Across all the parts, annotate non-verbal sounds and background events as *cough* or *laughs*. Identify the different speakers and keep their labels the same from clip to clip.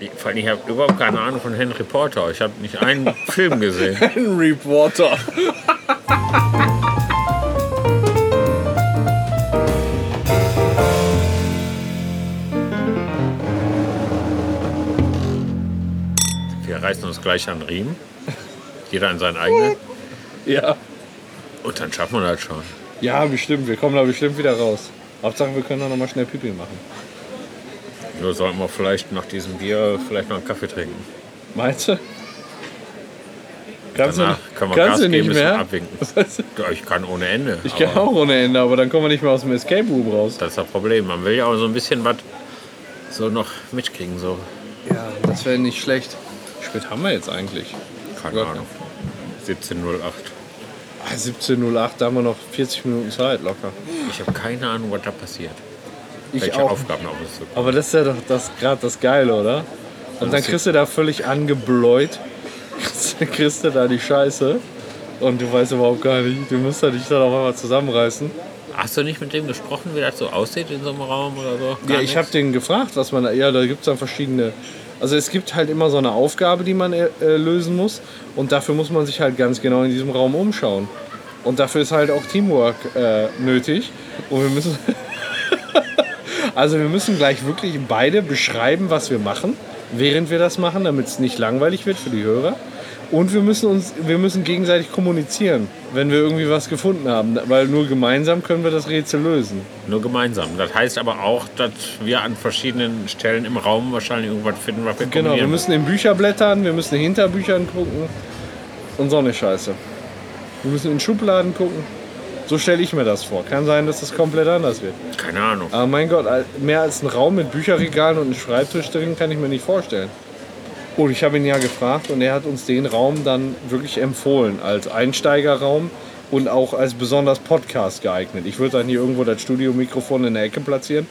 Speaker 1: Ich, vor allem, ich habe überhaupt keine Ahnung von Henry Porter. Ich habe nicht einen Film gesehen.
Speaker 2: Henry Porter.
Speaker 1: Wir reißen uns gleich an den Riemen. Jeder an seinen eigenen.
Speaker 2: Ja.
Speaker 1: Und dann schaffen wir das schon.
Speaker 2: Ja, bestimmt. Wir kommen da bestimmt wieder raus. Hauptsache, wir können da nochmal schnell Pipi machen.
Speaker 1: Nur sollten wir vielleicht nach diesem Bier vielleicht noch einen Kaffee trinken.
Speaker 2: Meinst du? Kannst
Speaker 1: Danach
Speaker 2: du,
Speaker 1: kann man
Speaker 2: kannst
Speaker 1: Gas
Speaker 2: du
Speaker 1: geben,
Speaker 2: nicht
Speaker 1: bisschen
Speaker 2: mehr? *laughs*
Speaker 1: abwinken.
Speaker 2: Weißt du?
Speaker 1: Ja, Ich kann ohne Ende.
Speaker 2: Ich kann
Speaker 1: aber
Speaker 2: auch ohne Ende, aber dann kommen wir nicht mehr aus dem Escape Room raus.
Speaker 1: Das ist das Problem. Man will ja auch so ein bisschen was so noch mitkriegen. So.
Speaker 2: Ja, das wäre nicht schlecht. Wie spät haben wir jetzt eigentlich?
Speaker 1: Keine
Speaker 2: Gott.
Speaker 1: Ahnung. 17.08.
Speaker 2: Ah, 17.08, da haben wir noch 40 Minuten Zeit, locker.
Speaker 1: Ich habe keine Ahnung, was da passiert.
Speaker 2: Ich
Speaker 1: Welche
Speaker 2: auch.
Speaker 1: Aufgaben auf uns zukommen.
Speaker 2: Aber das ist ja doch das, gerade das Geile, oder? Und dann kriegst du da völlig angebläut, *laughs* kriegst, kriegst du da die Scheiße und du weißt überhaupt gar nicht, du musst da dich dann auf einmal zusammenreißen.
Speaker 1: Hast du nicht mit dem gesprochen, wie das so aussieht in so einem Raum oder so? Gar
Speaker 2: Ja, ich
Speaker 1: nichts?
Speaker 2: habe den gefragt, was man da. Ja, da gibt es dann verschiedene. Also es gibt halt immer so eine Aufgabe, die man äh, lösen muss. Und dafür muss man sich halt ganz genau in diesem Raum umschauen. Und dafür ist halt auch Teamwork äh, nötig. Und wir müssen. *laughs* also wir müssen gleich wirklich beide beschreiben, was wir machen, während wir das machen, damit es nicht langweilig wird für die Hörer. Und wir müssen uns, wir müssen gegenseitig kommunizieren, wenn wir irgendwie was gefunden haben. Weil nur gemeinsam können wir das Rätsel lösen.
Speaker 1: Nur gemeinsam. Das heißt aber auch, dass wir an verschiedenen Stellen im Raum wahrscheinlich irgendwas finden, was wir
Speaker 2: Genau, wir
Speaker 1: kombinieren
Speaker 2: müssen in Bücher blättern, wir müssen hinter Büchern gucken und so eine Scheiße. Wir müssen in Schubladen gucken. So stelle ich mir das vor. Kann sein, dass das komplett anders wird.
Speaker 1: müssen. Keine Ahnung.
Speaker 2: Aber mein Gott, al- mehr als einen Raum mit Bücherregalen und einem Schreibtisch drin kann ich mir nicht vorstellen. Und ich habe ihn ja gefragt und er hat uns den Raum dann wirklich empfohlen als Einsteigerraum und auch als besonders Podcast geeignet. Ich würde dann hier irgendwo das Studiomikrofon in der Ecke platzieren,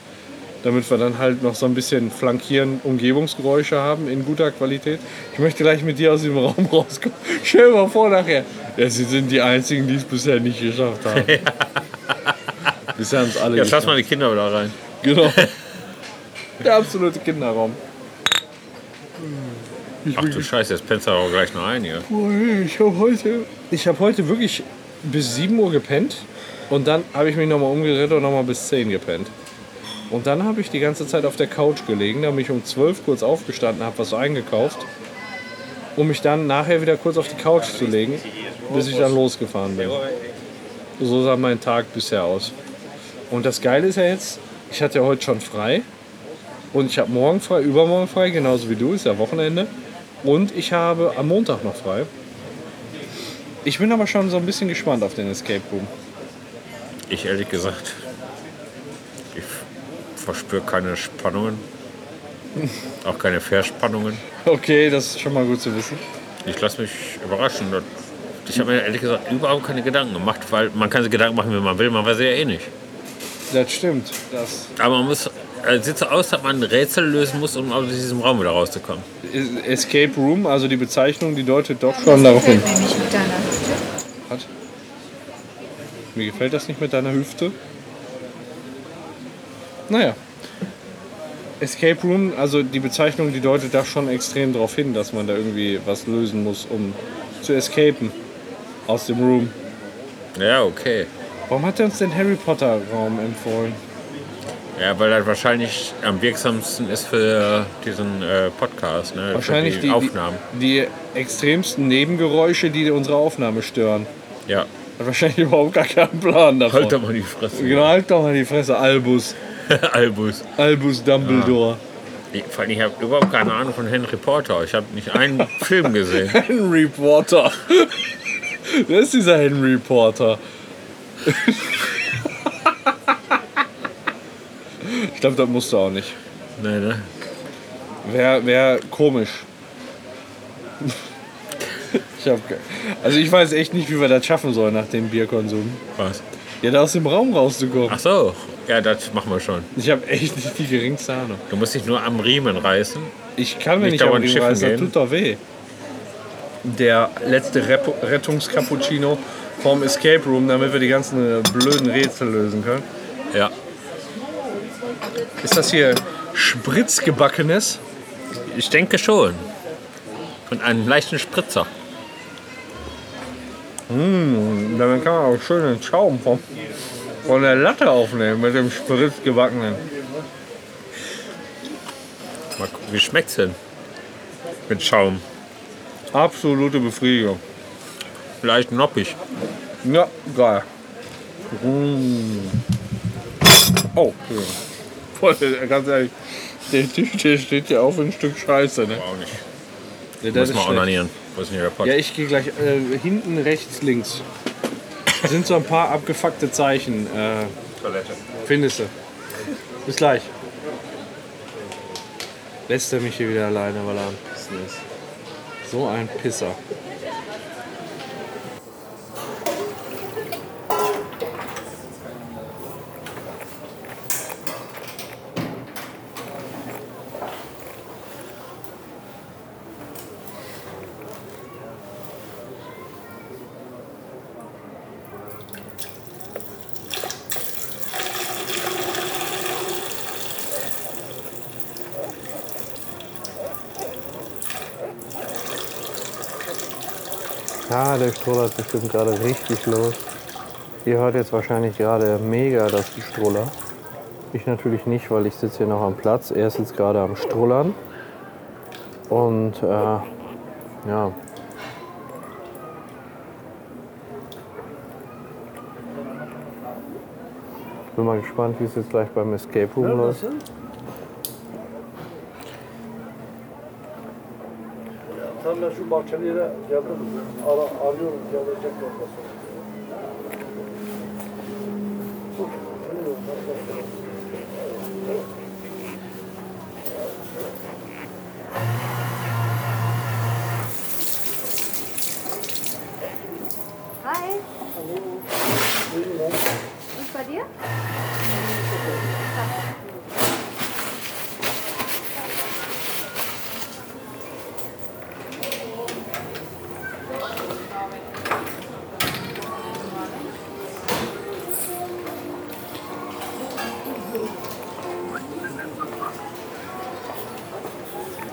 Speaker 2: damit wir dann halt noch so ein bisschen flankieren Umgebungsgeräusche haben in guter Qualität. Ich möchte gleich mit dir aus dem Raum *laughs* rauskommen. Stell dir mal vor nachher. Ja, sie sind die Einzigen, die es bisher nicht geschafft haben. Bisher haben es alle
Speaker 1: Jetzt
Speaker 2: geschafft.
Speaker 1: lass mal die Kinder wieder rein.
Speaker 2: Genau. *laughs* Der absolute Kinderraum.
Speaker 1: Ach du Scheiße, jetzt pennst du aber gleich noch ein hier.
Speaker 2: Ich habe heute, ich hab heute wirklich bis 7 Uhr gepennt und dann habe ich mich nochmal umgeredet und nochmal bis 10 gepennt. Und dann habe ich die ganze Zeit auf der Couch gelegen, da bin ich um 12 kurz aufgestanden, habe was eingekauft, um mich dann nachher wieder kurz auf die Couch zu legen, bis ich dann losgefahren bin. So sah mein Tag bisher aus. Und das Geile ist ja jetzt, ich hatte ja heute schon frei. Und ich habe morgen frei, übermorgen frei, genauso wie du, ist ja Wochenende. Und ich habe am Montag noch frei. Ich bin aber schon so ein bisschen gespannt auf den Escape Room. *laughs*
Speaker 1: Ich ehrlich gesagt, ich verspüre keine
Speaker 2: *laughs*
Speaker 1: Spannungen. Auch keine Verspannungen.
Speaker 2: Okay, das ist schon mal gut zu wissen.
Speaker 1: Ich lasse mich überraschen. Das- Ich habe mir ehrlich gesagt überhaupt keine Gedanken gemacht, weil man kann sich Gedanken machen, wie man will, man weiß ja eh nicht.
Speaker 2: Das stimmt. Das
Speaker 1: Aber man muss, äh, sieht so aus, dass man ein Rätsel lösen muss, um aus diesem Raum wieder rauszukommen.
Speaker 2: Escape Room, also die Bezeichnung, die deutet doch schon darauf hin.
Speaker 3: nämlich mit deiner Hüfte.
Speaker 2: Hat. Mir gefällt das nicht mit deiner Hüfte. Naja. Escape Room, also die Bezeichnung, die deutet da schon extrem darauf hin, dass man da irgendwie was lösen muss, um zu escapen aus dem Room.
Speaker 1: Ja, okay.
Speaker 2: Warum hat er uns den Harry Potter Raum empfohlen?
Speaker 1: Ja, weil das wahrscheinlich am wirksamsten ist für diesen äh, Podcast, ne?
Speaker 2: Wahrscheinlich
Speaker 1: für
Speaker 2: die, die,
Speaker 1: Aufnahmen.
Speaker 2: die extremsten Nebengeräusche, die unsere Aufnahme stören.
Speaker 1: Ja.
Speaker 2: Hat wahrscheinlich überhaupt gar keinen Plan davon.
Speaker 1: Halt doch mal die Fresse.
Speaker 2: Genau, halt doch mal die Fresse, Albus.
Speaker 1: *laughs* Albus.
Speaker 2: Albus Dumbledore.
Speaker 1: Ich, vor allem, ich habe überhaupt keine Ahnung von Henry Porter. Ich habe nicht einen
Speaker 2: *laughs*
Speaker 1: Film gesehen.
Speaker 2: Henry *laughs* Porter. Das ist dieser Henry Porter. *laughs* Ich glaube, das musst du auch nicht.
Speaker 1: Nee, ne?
Speaker 2: Wäre wär komisch. Ich hab, ge- also ich weiß echt nicht, wie wir das schaffen sollen nach dem Bierkonsum.
Speaker 1: Was?
Speaker 2: Ja, da aus dem Raum rauszukommen.
Speaker 1: Ach so. Ja, das machen wir schon.
Speaker 2: Ich habe echt nicht die geringste Ahnung.
Speaker 1: Du musst dich nur am Riemen reißen.
Speaker 2: Ich kann mir
Speaker 1: Nicht
Speaker 2: nicht,
Speaker 1: dauernd
Speaker 2: auf den
Speaker 1: schiffen
Speaker 2: Reis, das
Speaker 1: gehen.
Speaker 2: tut doch weh. Der letzte Repo- Rettungscappuccino vom Escape Room, damit wir die ganzen äh, blöden Rätsel lösen können.
Speaker 1: Ja.
Speaker 2: Ist das hier Spritzgebackenes?
Speaker 1: Ich denke schon. Und einen leichten Spritzer.
Speaker 2: Damit kann man auch schön den Schaum vom, von der Latte aufnehmen mit dem Spritz gebackenen.
Speaker 1: Mal gucken, wie schmeckt's denn? Mit Schaum.
Speaker 2: Absolute Befriedigung.
Speaker 1: Leicht noppig.
Speaker 2: Ja, geil. Mm. Oh, Entschuldigung. *laughs* Voll, ganz ehrlich, der Tisch der steht ja auf ein Stück Scheiße, ne?
Speaker 1: Auch nicht.
Speaker 2: Ja,
Speaker 1: Muss
Speaker 2: das
Speaker 1: man
Speaker 2: ist schlecht.
Speaker 1: onanieren. Wo ist denn hier der Pott?
Speaker 2: ja ich gehe gleich äh, hinten, rechts, links. Das sind so ein paar abgefuckte Zeichen, äh,
Speaker 1: Toilette.
Speaker 2: findest du. Bis gleich. Lässt er mich hier wieder alleine, weil er so ein Pisser.
Speaker 3: Ja, Ah, der Stroller ist bestimmt gerade richtig los. Ihr hört jetzt wahrscheinlich gerade mega das Stroller. Ich natürlich nicht, weil ich sitze hier noch am Platz. Er ist jetzt gerade am Strollern. Und äh, ja. Bin mal gespannt, wie es jetzt gleich beim Escape Room läuft.
Speaker 4: Tam ben şu bahçeliyle geldim. Ara, arıyorum gelecek ondan sonra.
Speaker 5: Hi. Hallo. Und bei dir?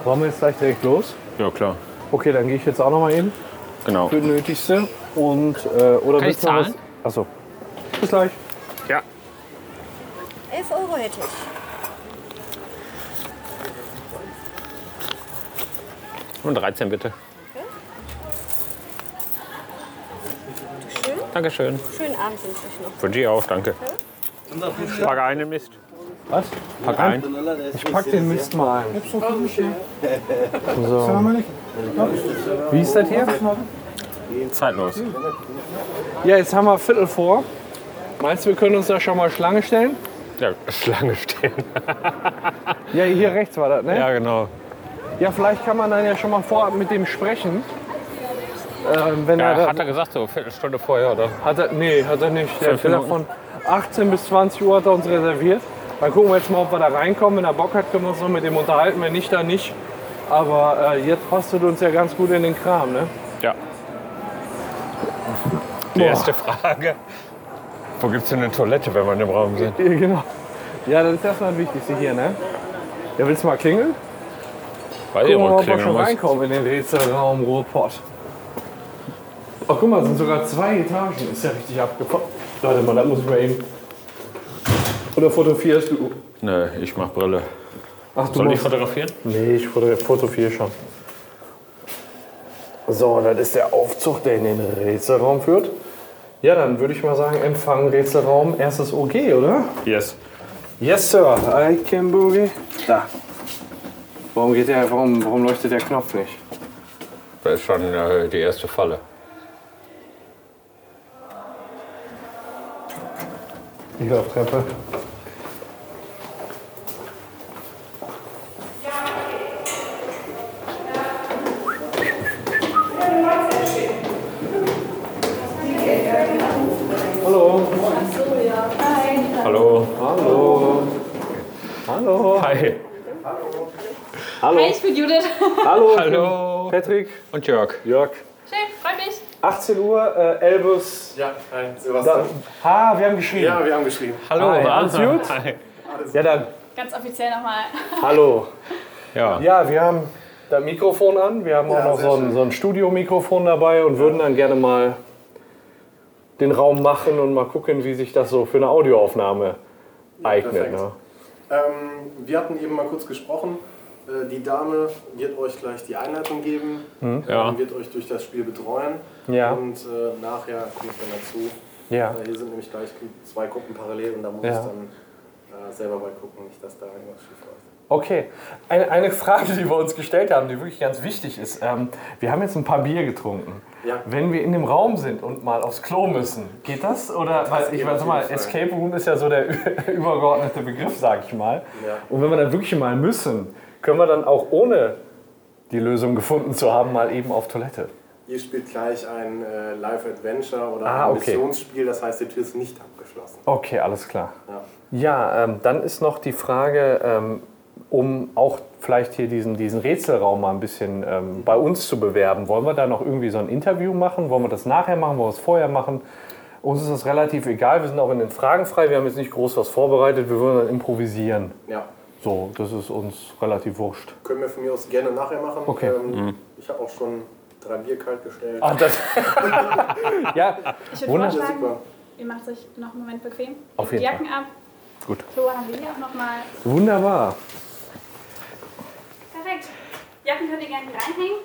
Speaker 3: Wollen wir jetzt gleich direkt los?
Speaker 1: Ja, klar.
Speaker 3: Okay, dann gehe ich jetzt auch noch mal eben
Speaker 1: Genau.
Speaker 3: für das Nötigste. Und, äh, oder
Speaker 1: Kann
Speaker 3: willst
Speaker 1: ich
Speaker 3: du noch was-
Speaker 1: zahlen?
Speaker 3: Achso. Bis gleich.
Speaker 1: Ja.
Speaker 5: 11 Euro hätte ich.
Speaker 1: Und 13 bitte. Dankeschön.
Speaker 5: Schönen Abend wünsche ich noch.
Speaker 1: Wünsche ich auch, danke. Pack ein den Mist.
Speaker 3: Was?
Speaker 1: Pack ein.
Speaker 3: Ich pack den Mist mal ein. So. Wie ist das hier?
Speaker 1: Zeitlos.
Speaker 2: Ja, jetzt haben wir Viertel vor. Meinst du, wir können uns da schon mal Schlange stellen?
Speaker 1: Ja, *laughs* Schlange stehen.
Speaker 2: Ja, hier rechts war das, ne?
Speaker 1: Ja, genau.
Speaker 2: Ja, vielleicht kann man dann ja schon mal vorab mit dem sprechen. Ähm, wenn
Speaker 1: Ja,
Speaker 2: er,
Speaker 1: hat er gesagt, so Viertelstunde vorher, oder?
Speaker 2: hat er. Nee, hat er nicht. Der
Speaker 1: Fünf
Speaker 2: Fehler von
Speaker 1: Minuten.
Speaker 2: 18 bis 20 Uhr hat er uns reserviert. Dann gucken wir jetzt mal, ob wir da reinkommen. Wenn er Bock hat, können wir uns noch mit dem unterhalten. Wenn nicht, dann nicht. Aber äh, jetzt passt es uns ja ganz gut in den Kram, ne?
Speaker 1: Ja. Die erste Frage. Wo gibt's denn eine Toilette, wenn wir in dem Raum sind?
Speaker 2: Ja, genau. Ja, das ist erstmal das Wichtigste hier, ne? Ja, willst du mal klingeln?
Speaker 1: Weiß ich,
Speaker 2: Gucken wir mal,
Speaker 1: wo
Speaker 2: ob wir
Speaker 1: klingeln
Speaker 2: schon
Speaker 1: muss.
Speaker 2: reinkommen in den Rätselraum Ruhrpott. Ach, guck mal, es sind sogar zwei Etagen. Ist ja richtig abgefuckt. Leute, mal, da muss ich mal eben. Oder fotografierst du?
Speaker 1: Nee, ich mach Brille.
Speaker 2: Ach, du
Speaker 1: Soll ich
Speaker 2: musst.
Speaker 1: fotografieren?
Speaker 3: Nee, ich fotografiere schon. So, das ist der Aufzug, der in den Rätselraum führt.
Speaker 2: Ja, dann würde ich mal sagen, Empfang, Rätselraum, erstes OG, oder?
Speaker 1: Yes.
Speaker 2: Yes, Sir. I can boogie. Da. Warum geht der, warum, warum leuchtet der Knopf nicht?
Speaker 1: Das ist schon äh, die erste Falle.
Speaker 3: Ich lauf Treppe.
Speaker 2: Hallo.
Speaker 1: Hallo.
Speaker 2: Hallo. Hallo.
Speaker 1: Hi.
Speaker 6: Hi, ich bin Judith. *laughs*
Speaker 2: Hallo.
Speaker 1: Hallo.
Speaker 2: Patrick.
Speaker 1: Und Jörg.
Speaker 2: Jörg.
Speaker 6: Schön, freut mich.
Speaker 2: 18 Uhr, äh, Elbus.
Speaker 7: Ja, hi, Sebastian.
Speaker 2: Ah, wir haben geschrieben.
Speaker 7: Ja, wir haben geschrieben.
Speaker 1: Hallo.
Speaker 2: Hi, alles gut?
Speaker 1: Hi.
Speaker 2: Ja, dann.
Speaker 6: Ganz offiziell nochmal.
Speaker 2: Hallo.
Speaker 1: Ja.
Speaker 2: Ja, wir haben da Mikrofon an. Wir haben auch noch so ein, so ein Studiomikrofon dabei und würden dann gerne mal den Raum machen und mal gucken, wie sich das so für eine Audioaufnahme eignet.
Speaker 7: perfekt.
Speaker 2: Ne?
Speaker 7: Ähm, wir hatten eben mal kurz gesprochen. Äh, Die Dame wird euch gleich die Einleitung geben,
Speaker 1: Ja.
Speaker 7: ähm, wird euch durch das Spiel betreuen
Speaker 2: Hm. Ja.
Speaker 7: und äh, nachher komme ich dann dazu.
Speaker 2: Ja.
Speaker 7: Äh, hier sind nämlich gleich zwei Gruppen parallel und da muss
Speaker 2: Ja.
Speaker 7: ich dann äh, selber mal gucken, nicht dass da irgendwas schief läuft.
Speaker 2: Okay, eine, eine Frage, die wir uns gestellt haben, die wirklich ganz wichtig ist. Ähm, wir haben jetzt ein paar Bier getrunken.
Speaker 7: Ja.
Speaker 2: Wenn wir in dem Raum sind und mal aufs Klo müssen, geht das? Oder weil ich
Speaker 7: geht
Speaker 2: weiß
Speaker 7: auf
Speaker 2: mal,
Speaker 7: jeden Fall.
Speaker 2: Escape Room ist ja so der *laughs* übergeordnete Begriff, sag ich mal.
Speaker 7: Ja.
Speaker 2: Und wenn wir dann wirklich mal müssen, können wir dann auch ohne die Lösung gefunden zu haben, mal eben auf Toilette.
Speaker 7: Ihr spielt gleich ein äh, Live-Adventure oder
Speaker 2: Ah,
Speaker 7: ein
Speaker 2: okay.
Speaker 7: Missionsspiel, das heißt, die Tür ist nicht abgeschlossen.
Speaker 2: Okay, alles klar.
Speaker 7: Ja.
Speaker 2: Ja, ähm, dann ist noch die Frage, ähm, um auch vielleicht hier diesen, diesen Rätselraum mal ein bisschen ähm, bei uns zu bewerben. Wollen wir da noch irgendwie so ein Interview machen? Wollen wir das nachher machen? Wollen wir es vorher machen? Uns ist das relativ egal. Wir sind auch in den Fragen frei. Wir haben jetzt nicht groß was vorbereitet. Wir würden dann improvisieren.
Speaker 7: ja.
Speaker 2: So, das ist uns relativ wurscht.
Speaker 7: Können wir von mir aus gerne nachher machen.
Speaker 2: Okay. Ah.
Speaker 7: Ähm, Ich habe auch schon drei Bier kalt gestellt.
Speaker 2: Ach, das ja,
Speaker 6: Ich würde
Speaker 2: Wunderbar.
Speaker 6: vorschlagen,
Speaker 7: Super.
Speaker 6: ihr macht euch noch einen Moment bequem.
Speaker 2: Auf jeden
Speaker 6: die Jacken ab.
Speaker 2: Gut.
Speaker 6: Klo haben wir hier auch nochmal.
Speaker 2: *laughs* wunderbar.
Speaker 6: Perfekt. Jacken könnt ihr gerne hier reinhängen.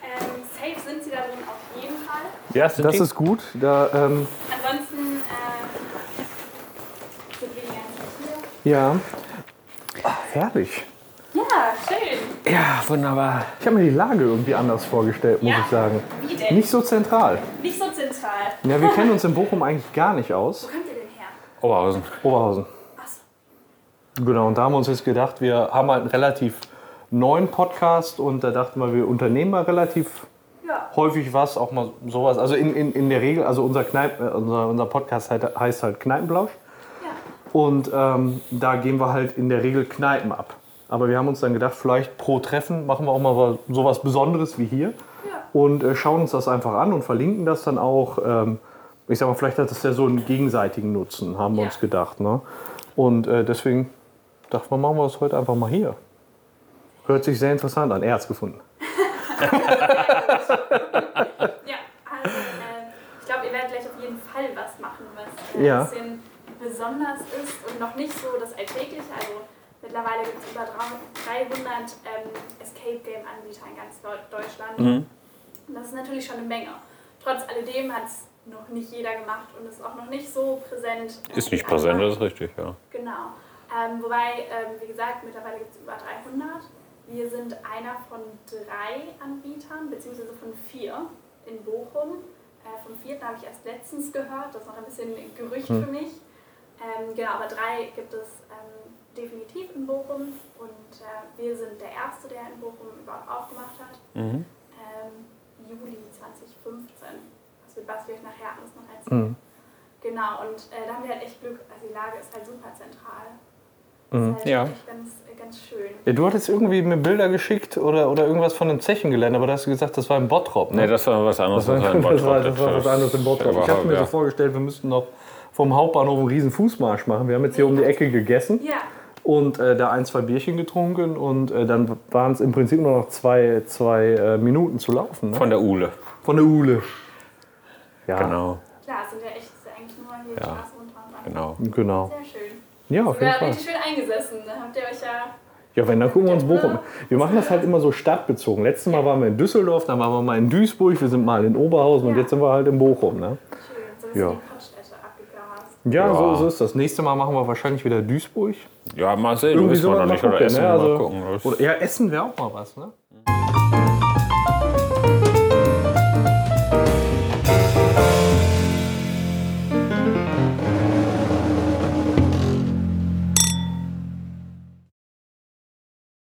Speaker 6: Ähm, safe sind sie da drin auf jeden Fall.
Speaker 1: Ja, sind
Speaker 3: Das
Speaker 1: die?
Speaker 3: ist gut. Da, ähm,
Speaker 6: Ansonsten ähm, sind wir die ganze Zeit
Speaker 3: ja.
Speaker 2: Ah,
Speaker 3: Ach, herrlich.
Speaker 6: hier. Ja, schön.
Speaker 3: Ja, wunderbar. Ich habe mir die Lage irgendwie anders vorgestellt, muss
Speaker 6: Ja.
Speaker 3: ich sagen.
Speaker 6: Wie denn?
Speaker 3: Nicht so zentral.
Speaker 6: Nicht so zentral.
Speaker 3: Ja, wir kennen uns in Bochum eigentlich gar nicht aus.
Speaker 6: Wo kommt ihr denn her?
Speaker 1: Oberhausen.
Speaker 3: Oberhausen.
Speaker 6: Achso.
Speaker 3: Genau, und da haben wir uns jetzt gedacht, wir haben halt einen relativ neuen Podcast und da dachten wir, wir unternehmen mal relativ
Speaker 6: Ja.
Speaker 3: häufig was, auch mal sowas. Also in, in, in der Regel, also unser, Kneip, äh, unser, unser Podcast halt, heißt halt Kneipenblausch.
Speaker 6: Ja.
Speaker 3: Und ähm, da gehen wir halt in der Regel Kneipen ab. Aber wir haben uns dann gedacht, vielleicht pro Treffen machen wir auch mal wa- sowas Besonderes wie hier und äh, schauen uns das einfach an und verlinken das dann auch. Ähm, ich sag mal, vielleicht hat das ja so einen gegenseitigen Nutzen, haben wir
Speaker 6: Ja.
Speaker 3: uns gedacht. Ne? Und äh, deswegen dachten wir, machen wir das heute einfach mal hier. Hört sich sehr interessant an. Er hat's gefunden.
Speaker 6: Ja, also äh, ich glaube, ihr werdet gleich auf jeden Fall was machen, was äh,
Speaker 3: Ja.
Speaker 6: ein bisschen besonders ist und noch nicht so das Alltägliche. Also mittlerweile gibt es über 300 ähm, Escape Game Anbieter in ganz Deu- Deutschland.
Speaker 1: Mhm.
Speaker 6: Und das ist natürlich schon eine Menge. Trotz alledem hat es noch nicht jeder gemacht und ist auch noch nicht so präsent. äh,
Speaker 1: Ist
Speaker 6: wie
Speaker 1: nicht präsent,
Speaker 6: andere.
Speaker 1: das ist richtig, ja.
Speaker 6: Genau. Ähm, wobei, ähm, wie gesagt, mittlerweile gibt es über 300. Wir sind einer von drei Anbietern, beziehungsweise von vier in Bochum. Äh, vom vierten habe ich erst letztens gehört, das ist noch ein bisschen ein Gerücht
Speaker 1: Hm.
Speaker 6: für mich. Ähm, genau, aber drei gibt es ähm, definitiv in Bochum und äh, wir sind der erste, der in Bochum überhaupt aufgemacht hat.
Speaker 1: Mhm.
Speaker 6: Ähm, Juli 2015. Also was wir euch nachher alles noch erzählen.
Speaker 1: Mhm.
Speaker 6: Genau, und äh, da haben wir halt echt Glück. Also die Lage ist halt super zentral. Das ist halt
Speaker 1: Mhm. Ja.
Speaker 6: echt ganz, ganz schön.
Speaker 3: Ja, du hattest irgendwie mir Bilder geschickt oder, oder irgendwas von einem Zechengelände, aber da hast du gesagt, das war im Bottrop. Ne?
Speaker 1: Nee, das war was anderes als ein
Speaker 3: *laughs* das, war,
Speaker 1: Bottrop.
Speaker 3: das war was anderes im Bottrop. Ich habe mir so vorgestellt, wir müssten noch vom Hauptbahnhof einen riesen Fußmarsch machen. Wir haben jetzt hier um die Ecke gegessen
Speaker 6: Ja,
Speaker 3: und äh, da ein, zwei Bierchen getrunken und äh, dann waren es im Prinzip nur noch zwei, zwei äh, Minuten zu laufen. Ne?
Speaker 1: Von der Uhle.
Speaker 3: Von der Uhle. Ja, genau.
Speaker 1: Genau,
Speaker 6: klar, es sind ja echt es ist ja eigentlich nur hier die
Speaker 1: Ja.
Speaker 6: Straße runter und
Speaker 1: genau.
Speaker 6: dann.
Speaker 3: genau.
Speaker 6: Sehr schön.
Speaker 3: Ja, auf jeden
Speaker 6: Sogar
Speaker 3: Fall.
Speaker 6: richtig schön eingesessen. Da habt ihr euch ja.
Speaker 3: Ja, wenn, dann gucken wir uns Bochum. an. Wir machen das halt immer so stadtbezogen. Letztes Mal waren wir in Düsseldorf, dann waren wir mal in Duisburg, wir sind mal in Oberhausen und jetzt sind wir halt in Bochum. Ne?
Speaker 6: Schön, so ein bisschen
Speaker 3: Ja.
Speaker 6: die Potstädte abgegrast.
Speaker 3: Ja,
Speaker 1: Ja.
Speaker 3: So, so ist das. Nächstes Mal machen wir wahrscheinlich wieder Duisburg.
Speaker 1: Ja, mal sehen, wissen wir
Speaker 3: sowas
Speaker 1: noch
Speaker 3: mal
Speaker 1: nicht. Oder
Speaker 3: gucken,
Speaker 1: essen,
Speaker 3: ne?
Speaker 1: mal
Speaker 3: Also-
Speaker 1: gucken. Das-
Speaker 3: Oder, ja, Essen wäre auch mal was, ne?